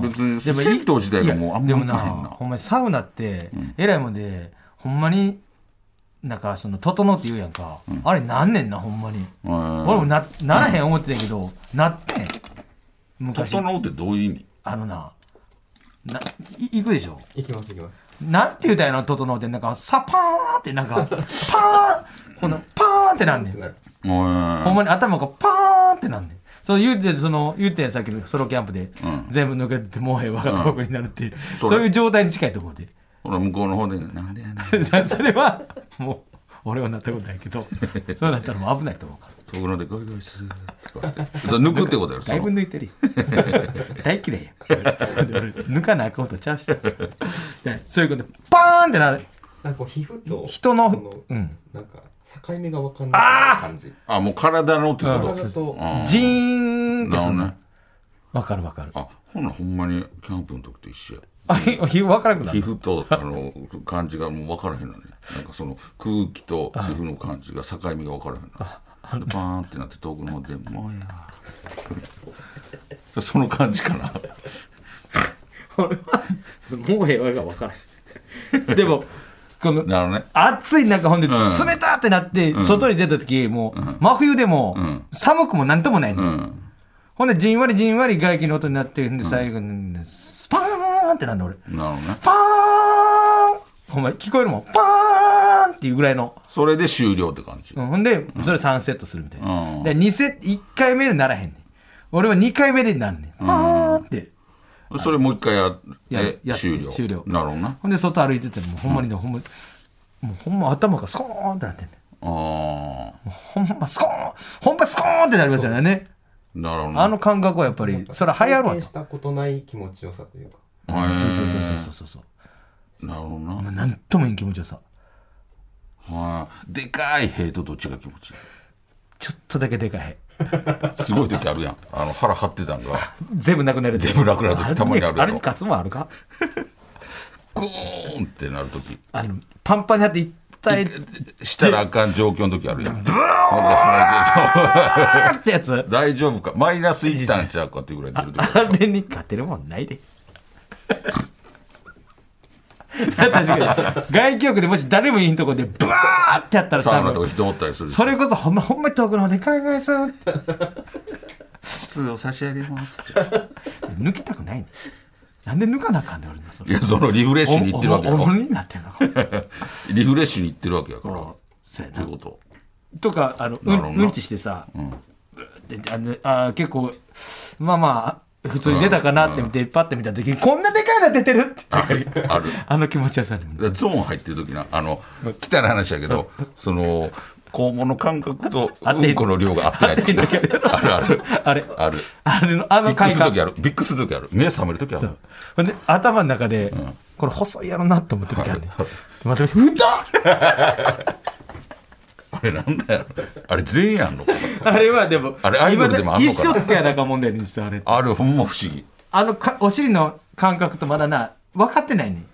Speaker 2: 別に
Speaker 4: でもい
Speaker 2: 銭湯自体がもうあんまり
Speaker 4: いやでも
Speaker 2: 変
Speaker 4: な
Speaker 2: な
Speaker 4: ほんまにサウナってえらいもんでほんまになんかその「整う」って言うやんか、あれなんねんなほんまに、
Speaker 2: うん
Speaker 4: 俺もなならへん思ってたんやけど、なってん昔
Speaker 2: 整うってどういう意味
Speaker 4: あのなない行くでしょ
Speaker 5: 行きます行きます
Speaker 4: なんて言うたんやろ整うってなんかさパーンってな
Speaker 2: [LAUGHS]
Speaker 4: んかパーンこのパーンってなんねん
Speaker 2: うん
Speaker 4: ほんまに頭がパーンってなんねん。そう言うて、その、言うてんやさっきのソロキャンプで、全部抜けて、もうええわが遠くになるっていう、
Speaker 2: うん
Speaker 4: そういう状態に近いところで。 [LAUGHS]
Speaker 2: ほら向こうの方でなんでやねん
Speaker 4: そそれは、もう、俺はなったことないけ
Speaker 2: [LAUGHS]
Speaker 4: ど、そうなったらもう危ないと思うから。
Speaker 2: 遠くのでガイガイするとかってだから抜くってことやろそ
Speaker 4: だいぶ
Speaker 2: の
Speaker 4: 抜い
Speaker 2: [LAUGHS]
Speaker 4: てるよ。大嫌いや。俺抜かなあかんことちゃうし。でそういうことで、パーンってなる。
Speaker 5: なんかこう皮膚と
Speaker 4: 人の
Speaker 5: そ
Speaker 4: うん
Speaker 5: なんか境目が分かんない感じ
Speaker 2: あもう体のってこ
Speaker 4: あ
Speaker 2: と
Speaker 4: ー
Speaker 5: 体と
Speaker 2: あ
Speaker 4: ジーンっ
Speaker 2: な
Speaker 4: て
Speaker 2: る
Speaker 4: す
Speaker 2: ほ
Speaker 4: ん
Speaker 2: ど
Speaker 4: の
Speaker 2: ね。
Speaker 4: わかるわかる。
Speaker 2: あほんならほんまにキャンプの時と一緒や
Speaker 4: あ、ひ、ひわからなくな
Speaker 2: [LAUGHS] 皮
Speaker 4: る。
Speaker 2: 膚とあの感じがもう分からへんのねなんかその空気と皮膚の感じが境目が分からへんのでパーンってなって遠くの方で「もうや」 [LAUGHS] その感じかな
Speaker 4: 俺は、そのもうええわがわから [LAUGHS] ん。でも、この、
Speaker 2: なるほどね
Speaker 4: 暑い中、ほんで、冷
Speaker 2: ん
Speaker 4: たってなって、外に出た時、もう、真冬でも
Speaker 2: ん、
Speaker 4: 寒くもなんともないの、
Speaker 2: うん
Speaker 4: ほんで、じんわりじんわり外気の音になって、んで、最後に、スパーンってなんの、俺。
Speaker 2: なるほどね
Speaker 4: パーンほんま、聞こえるもん。パーンっていうぐらいの。
Speaker 2: それで終了って感じ、
Speaker 4: うんほんで、それ3セットするみたいな。
Speaker 2: うん
Speaker 4: で、2セット、1回目でならへんねん。俺は2回目でなるねん。パーンって。
Speaker 2: それもう一回やっ
Speaker 4: や
Speaker 2: て
Speaker 4: やって
Speaker 2: 終了
Speaker 4: 終了
Speaker 2: なるほどな
Speaker 4: ほんで、外歩いてても、ほんまにね、ほんま、もうほんま頭がスコーンってなってんねん。
Speaker 2: ああ
Speaker 4: ほんまスコーンほんまスコーンってなりますよね。
Speaker 2: なるほどね
Speaker 4: あの感覚はやっぱり、それは流行るわ
Speaker 5: 体験
Speaker 4: と。
Speaker 5: し
Speaker 4: そ
Speaker 5: たことない気持ちよさという
Speaker 2: へ
Speaker 5: か
Speaker 4: うそう
Speaker 2: ー
Speaker 4: そうそうそうそう。
Speaker 2: なるほど
Speaker 4: まあ、
Speaker 2: な
Speaker 4: なんともいい気持ちよさ。
Speaker 2: はいでかい塀とどっちが気持ちいい
Speaker 4: ちょっとだけでかい。
Speaker 2: すごい時あるやんあの腹張ってたんが
Speaker 4: 全部なくなる。
Speaker 2: 全部なくなる時たまにあるやろ
Speaker 4: あれに勝つもんあるか
Speaker 2: グーンってなる時
Speaker 4: あの、パンパンになって一体、
Speaker 2: したらあかん状況の時あるやん。
Speaker 4: あーってやつ。
Speaker 2: 大丈夫かマイナスいったんちゃうかっていうぐらい出る時
Speaker 4: あれに勝てるもんないで。 [LAUGHS] 確かに。外気浴でもし誰もいいとこで、ブワーってやったら
Speaker 2: サウ
Speaker 4: 多
Speaker 2: ナとか
Speaker 4: 分、
Speaker 2: 人おったりする
Speaker 4: それこそほんま、ほんまに遠くの方で考えそう。
Speaker 2: 数を差し上げます
Speaker 4: 抜きたくないねんなんで抜かなあかんねん俺なそ
Speaker 2: い
Speaker 4: れ
Speaker 2: やそのリフレッシュに行ってるわけや
Speaker 4: おお
Speaker 2: ろ
Speaker 4: おもになってるのこ
Speaker 2: リフレッシュに行ってるわけやから
Speaker 4: れ
Speaker 2: と
Speaker 4: そうや
Speaker 2: いう
Speaker 4: な
Speaker 2: こと
Speaker 4: とかあのう
Speaker 2: なるほ
Speaker 4: ん
Speaker 2: どな
Speaker 4: うんちしてさ、であのあー結構まあまあ普通に出たかなって見て、パッて見た時にこんなでかいの出てるって
Speaker 2: ある
Speaker 4: あの気持ちよさにも
Speaker 2: だからゾーン入ってる時なあの汚い話やけどその肛門の感覚とうんこの量が合ってない時なあるある
Speaker 4: あれ
Speaker 2: ある
Speaker 4: あれのあ
Speaker 2: ビッ
Speaker 4: の
Speaker 2: ク
Speaker 4: 快
Speaker 2: する時
Speaker 4: 感
Speaker 2: あるビックする時ある目覚める時ある
Speaker 4: ほんで頭の中で、これ細いやろなと思ってる時あるねん
Speaker 2: ある
Speaker 4: またふた
Speaker 2: あれなんだよあれ全員あんの
Speaker 4: あれはでも
Speaker 2: あれアイドルでもあんのかな
Speaker 4: 未だ一生つけやなあかん問題にしてあれ
Speaker 2: あれほんま不思議
Speaker 4: あのかお尻の感覚とまだな分かってないねん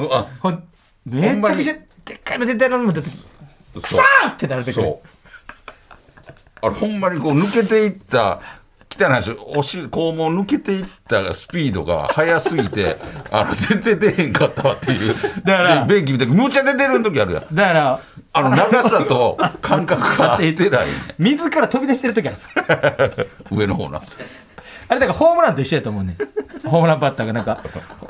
Speaker 2: うんあ
Speaker 4: ほんめちゃくちゃ
Speaker 2: ほん
Speaker 4: でっかいの出てるのも出て
Speaker 2: そう
Speaker 4: さあってなる時
Speaker 2: そう。あれ、ほんまにこう、抜けていった、汚い話おし肛門抜けていったスピードが速すぎ
Speaker 4: [LAUGHS]
Speaker 2: てあの全然出へんかったわっていう
Speaker 4: だから
Speaker 2: で便器みたいにむちゃ出てる時あるやん
Speaker 4: だから
Speaker 2: あの長さと感覚が合って
Speaker 4: [LAUGHS]
Speaker 2: ないね
Speaker 4: 水から飛び出してる時ある
Speaker 2: 上の方な
Speaker 4: あれだからホームランと一緒や
Speaker 2: [LAUGHS]
Speaker 4: と思うねんホームランバッターがなんか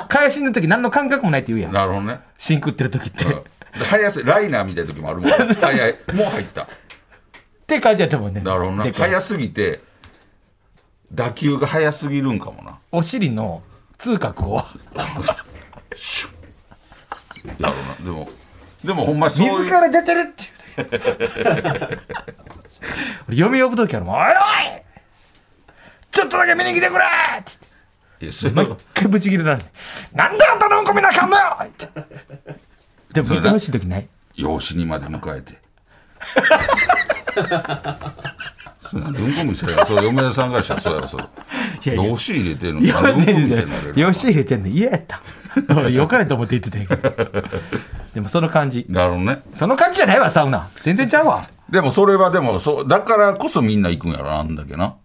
Speaker 4: 会心の時何の感覚もないって言うやん
Speaker 2: なるほどね
Speaker 4: シンクってる時って、っ
Speaker 2: うん速すライナーみたいな時もあるもん速いもう入った
Speaker 4: て感じやと思うねん
Speaker 2: なるほどな
Speaker 4: でかい
Speaker 2: 速すぎて打球が速すぎるんかもな
Speaker 4: お尻の痛覚を
Speaker 2: やろうなでもでもほんまにそういう
Speaker 4: 水から出てるっていう時 [LAUGHS] 俺嫁呼ぶ時あるもん「おいおいちょっとだけ見に来てくれ!」って
Speaker 2: いやそれ
Speaker 4: 毎回ブチ切れられて「なんであんたのうんこ見なあかんのよ!」ってでも見てほしい時ない
Speaker 2: 養子にまで迎えて。 [LAUGHS] そうなんでうんこ見せるそう嫁さんからしたらそうやろそ
Speaker 4: や
Speaker 2: れ。
Speaker 4: いや
Speaker 2: 養子入れてるのになんでうんこ見せんのあれ
Speaker 4: よし入れてんの嫌やった俺よかれと思って言ってたんやけどでもその感じ
Speaker 2: なるほどね。
Speaker 4: その感じじゃないわサウナ全然ちゃうわ
Speaker 2: でもそれはでもそうだからこそみんな行くんやろなんだっけな。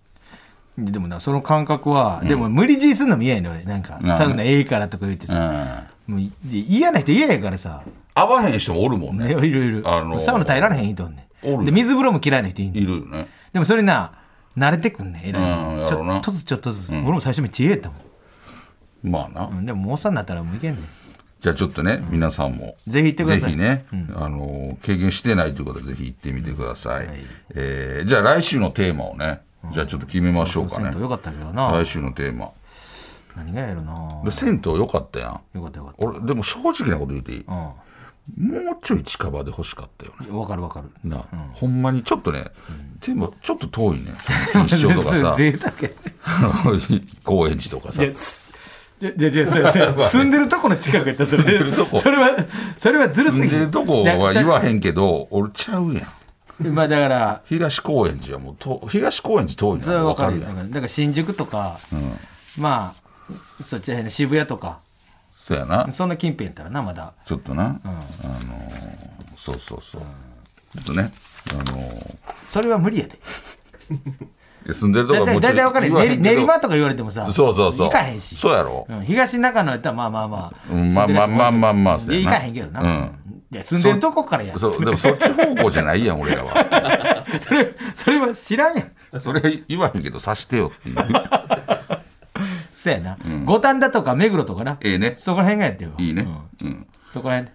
Speaker 4: でもなその感覚は、でも無理強いすんのも嫌やね俺なんか
Speaker 2: なあ
Speaker 4: サウナええからとか言って
Speaker 2: うん。
Speaker 4: さ、
Speaker 2: 合
Speaker 4: もうい嫌な人嫌やからさ
Speaker 2: わへん人もおるもん
Speaker 4: ね、い
Speaker 2: ね。
Speaker 4: ろいろいる、
Speaker 2: あのー
Speaker 4: サウナ耐えられへん人おんね
Speaker 2: お
Speaker 4: ん
Speaker 2: る
Speaker 4: で水風呂も嫌いな人いんね
Speaker 2: い
Speaker 4: ん
Speaker 2: るよね。
Speaker 4: でもそれな慣れてくんねんえらい、
Speaker 2: うん
Speaker 4: ち
Speaker 2: やろ
Speaker 4: ょ
Speaker 2: な
Speaker 4: っとずつちょっとずつ、俺も最初めっちゃ嫌やったもん、
Speaker 2: まあな。
Speaker 4: うん、でももうおっさんになったらもういけんねん
Speaker 2: じゃあちょっとね、皆さんも。
Speaker 4: ぜひ行ってくださ
Speaker 2: ぜ
Speaker 4: い
Speaker 2: ひね、あのー、経験してないということで、ぜひ行ってみてください。えーじゃあ来週のテーマをね、じゃあちょっと決めましょうか
Speaker 4: 銭
Speaker 2: ね
Speaker 4: 湯。よかったけどな、
Speaker 2: 来週のテーマ。
Speaker 4: 何がやろな
Speaker 2: で銭湯良かったやん
Speaker 4: よかったよかっ
Speaker 2: 俺でも正直なこと言うていい
Speaker 4: た
Speaker 2: もうちょい近場で欲しかったよね
Speaker 4: うんわかるわかる
Speaker 2: な、ほんまにちょっとね、でもちょっと遠いねその錦糸町とか
Speaker 4: [LAUGHS] 全然
Speaker 2: さ
Speaker 4: 贅沢
Speaker 2: [LAUGHS]
Speaker 4: や
Speaker 2: あの [LAUGHS] 高円寺とかさ
Speaker 4: いや、いやいやそれ
Speaker 2: [LAUGHS]
Speaker 4: それ住んでるとこの近くやったらそれ
Speaker 2: 住んでるとこ
Speaker 4: それはそれはずるす
Speaker 2: 住ん
Speaker 4: ぎ
Speaker 2: でるとこは言
Speaker 4: わ
Speaker 2: わへんけど俺ちゃうやん
Speaker 4: まあだから
Speaker 2: 東高円寺はもうと東高円寺遠い
Speaker 4: それは
Speaker 2: の
Speaker 4: わ
Speaker 2: 分か
Speaker 4: かる
Speaker 2: る
Speaker 4: よ
Speaker 2: や
Speaker 4: だ
Speaker 2: ん
Speaker 4: からだから新宿とか、まあそっちらへんの渋谷とか
Speaker 2: そうやな
Speaker 4: そんな近辺やったらなまだ
Speaker 2: ちょっとな、あのーそうそうそう、ちょっとねあのー
Speaker 4: それは無理やで
Speaker 2: いや住んでるとこ
Speaker 4: 大
Speaker 2: はも
Speaker 4: 体
Speaker 2: うちょい
Speaker 4: 大体わかる
Speaker 2: 言
Speaker 4: よ
Speaker 2: わへん
Speaker 4: 練
Speaker 2: けど
Speaker 4: 練馬とか言われてもさ
Speaker 2: そうそうそう
Speaker 4: 行かへんし
Speaker 2: そうやろ
Speaker 4: うん、東中野やったらまあまあまあ、
Speaker 2: うんまあまあまあまあまあ
Speaker 4: 住んでるやつも多いけどいや行かへんけどな、
Speaker 2: う
Speaker 4: いや住んでるとこからやそ
Speaker 2: そうでもそっち方向じゃないやん俺ら
Speaker 4: [LAUGHS]
Speaker 2: は
Speaker 4: れそれは知らんやん
Speaker 2: それ言わへんけどさしてよっていう
Speaker 4: そやな、五反田とか目黒とかな、
Speaker 2: ええね
Speaker 4: そこら辺がやってよ
Speaker 2: いいね
Speaker 4: うん
Speaker 2: うん
Speaker 4: そこら辺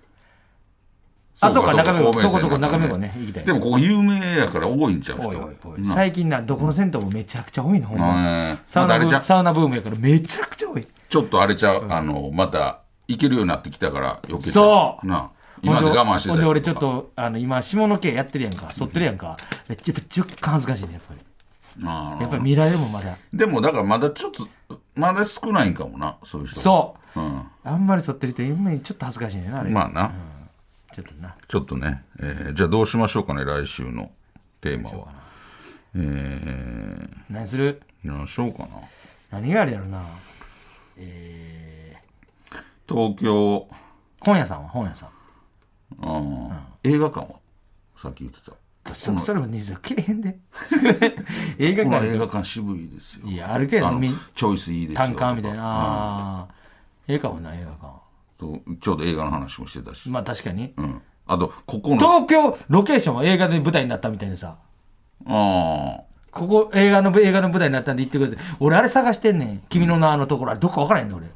Speaker 4: あそうか中目黒そこそこ中目黒ね行きたい
Speaker 2: でもここ有名やから多いんちゃう人
Speaker 4: おいおいおい最近などこの銭湯もめちゃくちゃ多いのほんまに
Speaker 2: まあ
Speaker 4: サウナ
Speaker 2: あ
Speaker 4: ブ
Speaker 2: れ
Speaker 4: ー
Speaker 2: じゃ
Speaker 4: ムサウナブームやからめちゃくちゃ多い
Speaker 2: ちょっとあれちゃうあのまた行けるようになってきたから余計だ
Speaker 4: そう
Speaker 2: な今まで
Speaker 4: ほん
Speaker 2: 我慢してた
Speaker 4: ほ
Speaker 2: 人
Speaker 4: んで
Speaker 2: か
Speaker 4: 俺ちょっとあの今下の毛やってるやんか剃ってるやんかめっちゃやっぱ若干恥ずかしいねやっぱり
Speaker 2: あー
Speaker 4: やっぱり見られるもんまだ
Speaker 2: でもだからまだちょっとまだ少ないんかもなそういう人
Speaker 4: そう
Speaker 2: うん
Speaker 4: うあんまり剃ってる人今ちょっと恥ずかしいねんなあれ、
Speaker 2: まあな
Speaker 4: ちょっとな
Speaker 2: ちょっとね、えーじゃあどうしましょうかね来週のテーマはえー
Speaker 4: 何する
Speaker 2: 何しようかな
Speaker 4: 何があるやろな
Speaker 2: 東京
Speaker 4: 本屋さんは本屋さん
Speaker 2: あー映画館はさっき言ってた
Speaker 4: そそれも西田けえへんで [LAUGHS] 映画
Speaker 2: この
Speaker 4: 館
Speaker 2: 映
Speaker 4: で
Speaker 2: 画館渋いですよ
Speaker 4: いやあるけど
Speaker 2: あの
Speaker 4: み
Speaker 2: チョイスいいですよ
Speaker 4: 単価みたい
Speaker 2: と
Speaker 4: な
Speaker 2: か
Speaker 4: あーええかもな映画館
Speaker 2: とちょうど映画の話もしてたし、
Speaker 4: まあ確かに
Speaker 2: うん、あとここの
Speaker 4: 東京ロケーションは映画で舞台になったみたいなさ
Speaker 2: あ
Speaker 4: ここ映画の映画の舞台になったんで行ってください俺あれ探してんねん君の名のところあれどっか分からへんねん俺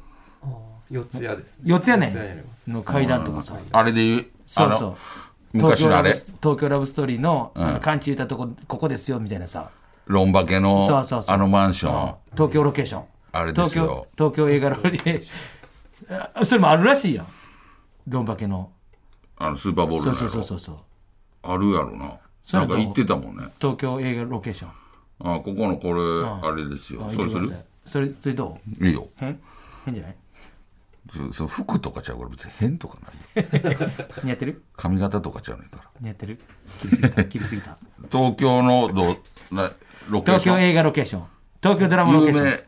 Speaker 5: あー四つ屋ですね
Speaker 4: 四つやね
Speaker 5: 四あります
Speaker 4: んの階段とかさ
Speaker 2: ーあれで言う
Speaker 4: そう
Speaker 2: あ
Speaker 4: そう
Speaker 2: の昔のあれ
Speaker 4: 東京ラブ東京ラブストーリーの勘違いたとこここですよみたいなさ
Speaker 2: ロンバケの
Speaker 4: そうそうそう
Speaker 2: あのマンション、
Speaker 4: 東京ロケーション
Speaker 2: あれですよ
Speaker 4: 東京東京映画ロケーションあそれもあるらしいやんドンバケの
Speaker 2: あのスーパーボール
Speaker 4: そ
Speaker 2: の
Speaker 4: う
Speaker 2: やろ
Speaker 4: そうそうそうそ
Speaker 2: あ
Speaker 4: う
Speaker 2: るやろな
Speaker 4: そ
Speaker 2: な
Speaker 4: れ
Speaker 2: ん
Speaker 4: と
Speaker 2: か言ってたもんね
Speaker 4: 東京映画ロケーション
Speaker 2: あここのこれ、あれですよ
Speaker 4: あ
Speaker 2: それ
Speaker 4: 行って
Speaker 2: す
Speaker 4: く
Speaker 2: る
Speaker 4: ださいそれそれどう
Speaker 2: いいよ
Speaker 4: 変変じゃない
Speaker 2: そその服とかちゃうから別に変とかないよ
Speaker 4: [LAUGHS] 似合ってる
Speaker 2: 髪型とかちゃうねんから
Speaker 4: 似合ってる切りすぎた切りすぎた
Speaker 2: 東京のどうなロケー
Speaker 4: 東
Speaker 2: ショ
Speaker 4: 京
Speaker 2: ン
Speaker 4: 映画ロケーション東京ドラマロケ
Speaker 2: 有
Speaker 4: ーション
Speaker 2: 名
Speaker 5: 東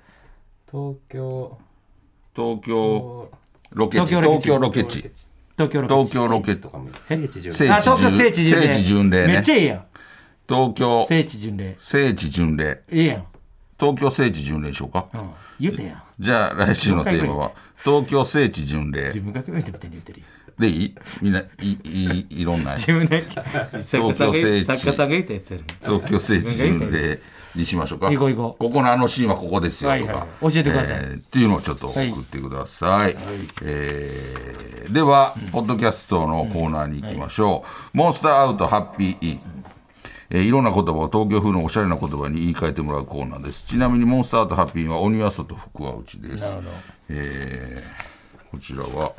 Speaker 5: 京
Speaker 2: 東京ロケ地
Speaker 4: 東
Speaker 2: 東京
Speaker 4: 京ロ
Speaker 2: ロケ地
Speaker 4: 東京ロケーション
Speaker 2: 東京ロケ
Speaker 5: と
Speaker 2: 地
Speaker 5: かもいい
Speaker 4: え
Speaker 5: 聖地巡
Speaker 2: 聖
Speaker 5: 礼
Speaker 2: 地
Speaker 4: あ東京聖地巡
Speaker 2: 聖
Speaker 4: 礼
Speaker 2: 地巡礼ね
Speaker 4: めっちゃいいやん
Speaker 2: 東京
Speaker 4: 聖地巡礼
Speaker 2: 聖地巡礼
Speaker 4: いいやん
Speaker 2: 東京聖地巡礼しようか、
Speaker 4: うん、言うてやん
Speaker 2: じゃあ来週のテーマ
Speaker 4: [LAUGHS]
Speaker 2: は東京聖地巡礼
Speaker 4: 自分が決めてみたいに言ってるよ
Speaker 2: でいいみんないいいいろんな
Speaker 4: 自分だけ作家さんが言
Speaker 2: 東
Speaker 4: う
Speaker 2: 京聖地
Speaker 4: 作家さんが言ったやつやる
Speaker 2: 東京聖地巡礼にしましょうか
Speaker 4: 行こう行こ
Speaker 2: ここのあのシーンはここですよとか、
Speaker 4: はいはいはい教えてください
Speaker 2: えーっていうのをちょっと送ってください、えーでは、ポッドキャストのコーナーに行きましょう、モンスターアウトハッピーインえーいろんな言葉を東京風のおしゃれな言葉に言い換えてもらうコーナーですちなみにモンスターアウトハッピーインは鬼は外福は内ですえーこちらは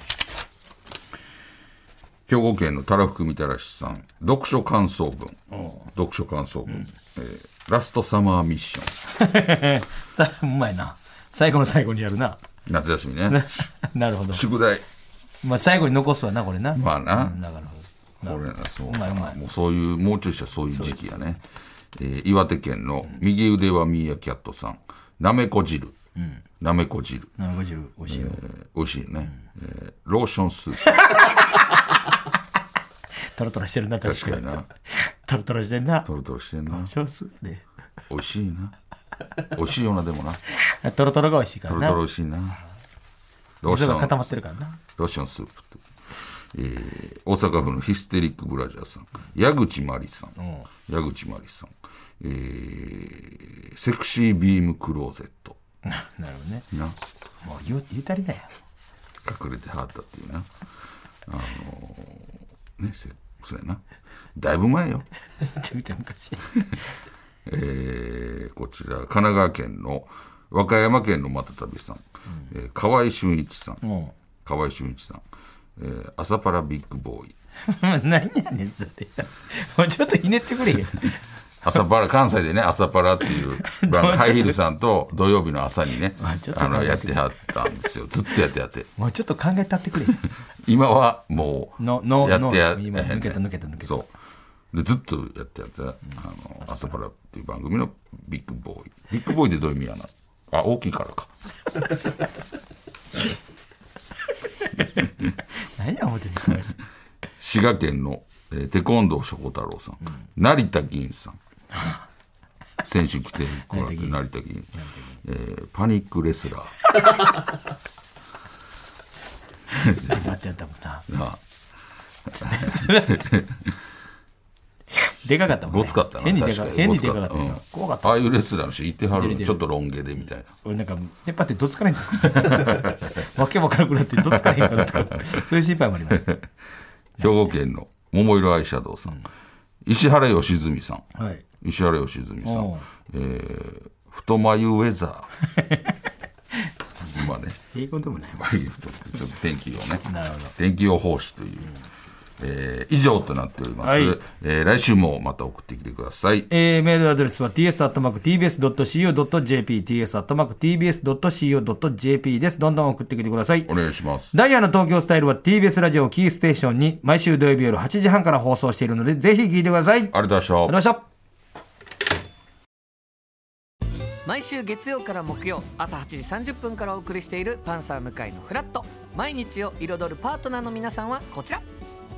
Speaker 2: 兵庫県のたらふくみたらしさん読書感想文読書感想文、えーラストサマーミッション
Speaker 4: [LAUGHS] うまいな最後の最後にやるな [LAUGHS]
Speaker 2: 夏休みね
Speaker 4: なるほど、
Speaker 2: 宿題
Speaker 4: まあ、最後に残すわなこれな、
Speaker 2: まあな、
Speaker 4: うんなるほ
Speaker 2: これなそう
Speaker 4: まいうまい
Speaker 2: もうそういうもうちょいしたらそういう時期やね、えー岩手県の右腕はミーアキャットさんなめこ汁、なめこ汁、
Speaker 4: ど750美味しいよ、
Speaker 2: えー美味しいね、えーローションスープ
Speaker 4: トロトロしてるな確か
Speaker 2: 確
Speaker 4: に
Speaker 2: かにな
Speaker 4: [LAUGHS] トロトロしてんな
Speaker 2: トロトロしてんな
Speaker 4: 少数で
Speaker 2: 美味しいな美味しいよなでも
Speaker 4: [LAUGHS]
Speaker 2: な
Speaker 4: あトロトロが美味しいか
Speaker 2: ト
Speaker 4: ら
Speaker 2: ロ
Speaker 4: な
Speaker 2: トロ美味しいなローシ
Speaker 4: 水が
Speaker 2: ョン
Speaker 4: 固まってるからな
Speaker 2: ロシアンスープと、えー大阪府のヒステリックブラジャーさん矢口真理さん、矢口真理さん、えーセクシービームクローゼット
Speaker 4: なるほどね
Speaker 2: な
Speaker 4: もう言う言うたりだよ [LAUGHS]
Speaker 2: 隠れてはったっていうなあのーねせそうやなだいぶ前よ
Speaker 4: めちゃめちゃ昔
Speaker 2: えーこちら神奈川県の和歌山県のまたたびさん、えー河合俊一さん、
Speaker 4: も
Speaker 2: 河合俊一さん、えー朝パラビッグボーイ
Speaker 4: う [LAUGHS] 何やねんそれ [LAUGHS] もうちょっとひねって
Speaker 2: [LAUGHS]
Speaker 4: くれよ
Speaker 2: 朝パラ関西でね朝パラっていう番
Speaker 4: [LAUGHS] どう
Speaker 2: 組
Speaker 4: ぞ
Speaker 2: ハイヒールさんと土曜日の朝にね
Speaker 4: あちょっと
Speaker 2: あのやってはったんですよずっとやってやって
Speaker 4: もうちょっと考えたってくれよ
Speaker 2: 今はもう
Speaker 4: のの
Speaker 2: やってや
Speaker 4: の今
Speaker 2: やへんねん
Speaker 4: 抜けた抜けた抜けた
Speaker 2: そうでずっとやってやって、あの朝パラっていう番組のビッグボーイビッグボーイってどういう意味やなあ大きいからか
Speaker 4: 何や思ってんの
Speaker 2: 滋賀県の、えーテコンドー諸子太郎さん、成田銀さん先週来てこられて成田銀、えーパニックレスラー
Speaker 4: なってやったもんな
Speaker 2: なあ
Speaker 4: でかかったもんね
Speaker 2: ごつかったな。
Speaker 4: 変にで
Speaker 2: 確
Speaker 4: か
Speaker 2: に
Speaker 4: 変にでかかった
Speaker 2: ごつ
Speaker 4: よ
Speaker 2: う
Speaker 4: なん怖かった
Speaker 2: ああいうレスラーの人言ってはる
Speaker 4: いてるいてる
Speaker 2: ちょっとロン毛でみたいな。
Speaker 4: 俺なんか出っ張ってどつかれへんのわけわからなくなってどつかれへんかなとかそういう心配もあります
Speaker 2: 兵庫県の桃色アイシャドウさん。石原良純さん。
Speaker 4: はい
Speaker 2: 石原良純さん
Speaker 4: おう。
Speaker 2: えー太眉ウェザ
Speaker 4: [LAUGHS]
Speaker 2: ー。今ね、
Speaker 4: 英語でもない
Speaker 2: バイオとちょっと天気をね
Speaker 4: なるほど。
Speaker 2: 天気予報士という。えー以上となっております、
Speaker 4: はい
Speaker 2: えー来週もまた送ってきてください。
Speaker 4: えーメールアドレスは ts.tbs.co.jp ts.tbs.co.jp です。どんどん送ってきてください
Speaker 2: お。願いします。
Speaker 4: ダイヤの東京スタイルは TBS ラジオをキーステーションに毎週土曜日夜8時半から放送しているので、ぜひ聞いてください。ありがとう
Speaker 2: ありがとうございました
Speaker 4: ございました。
Speaker 6: 毎週月曜から木曜朝8時30分からお送りしている「パンサー向井のフラット」毎日を彩るパートナーの皆さんはこちら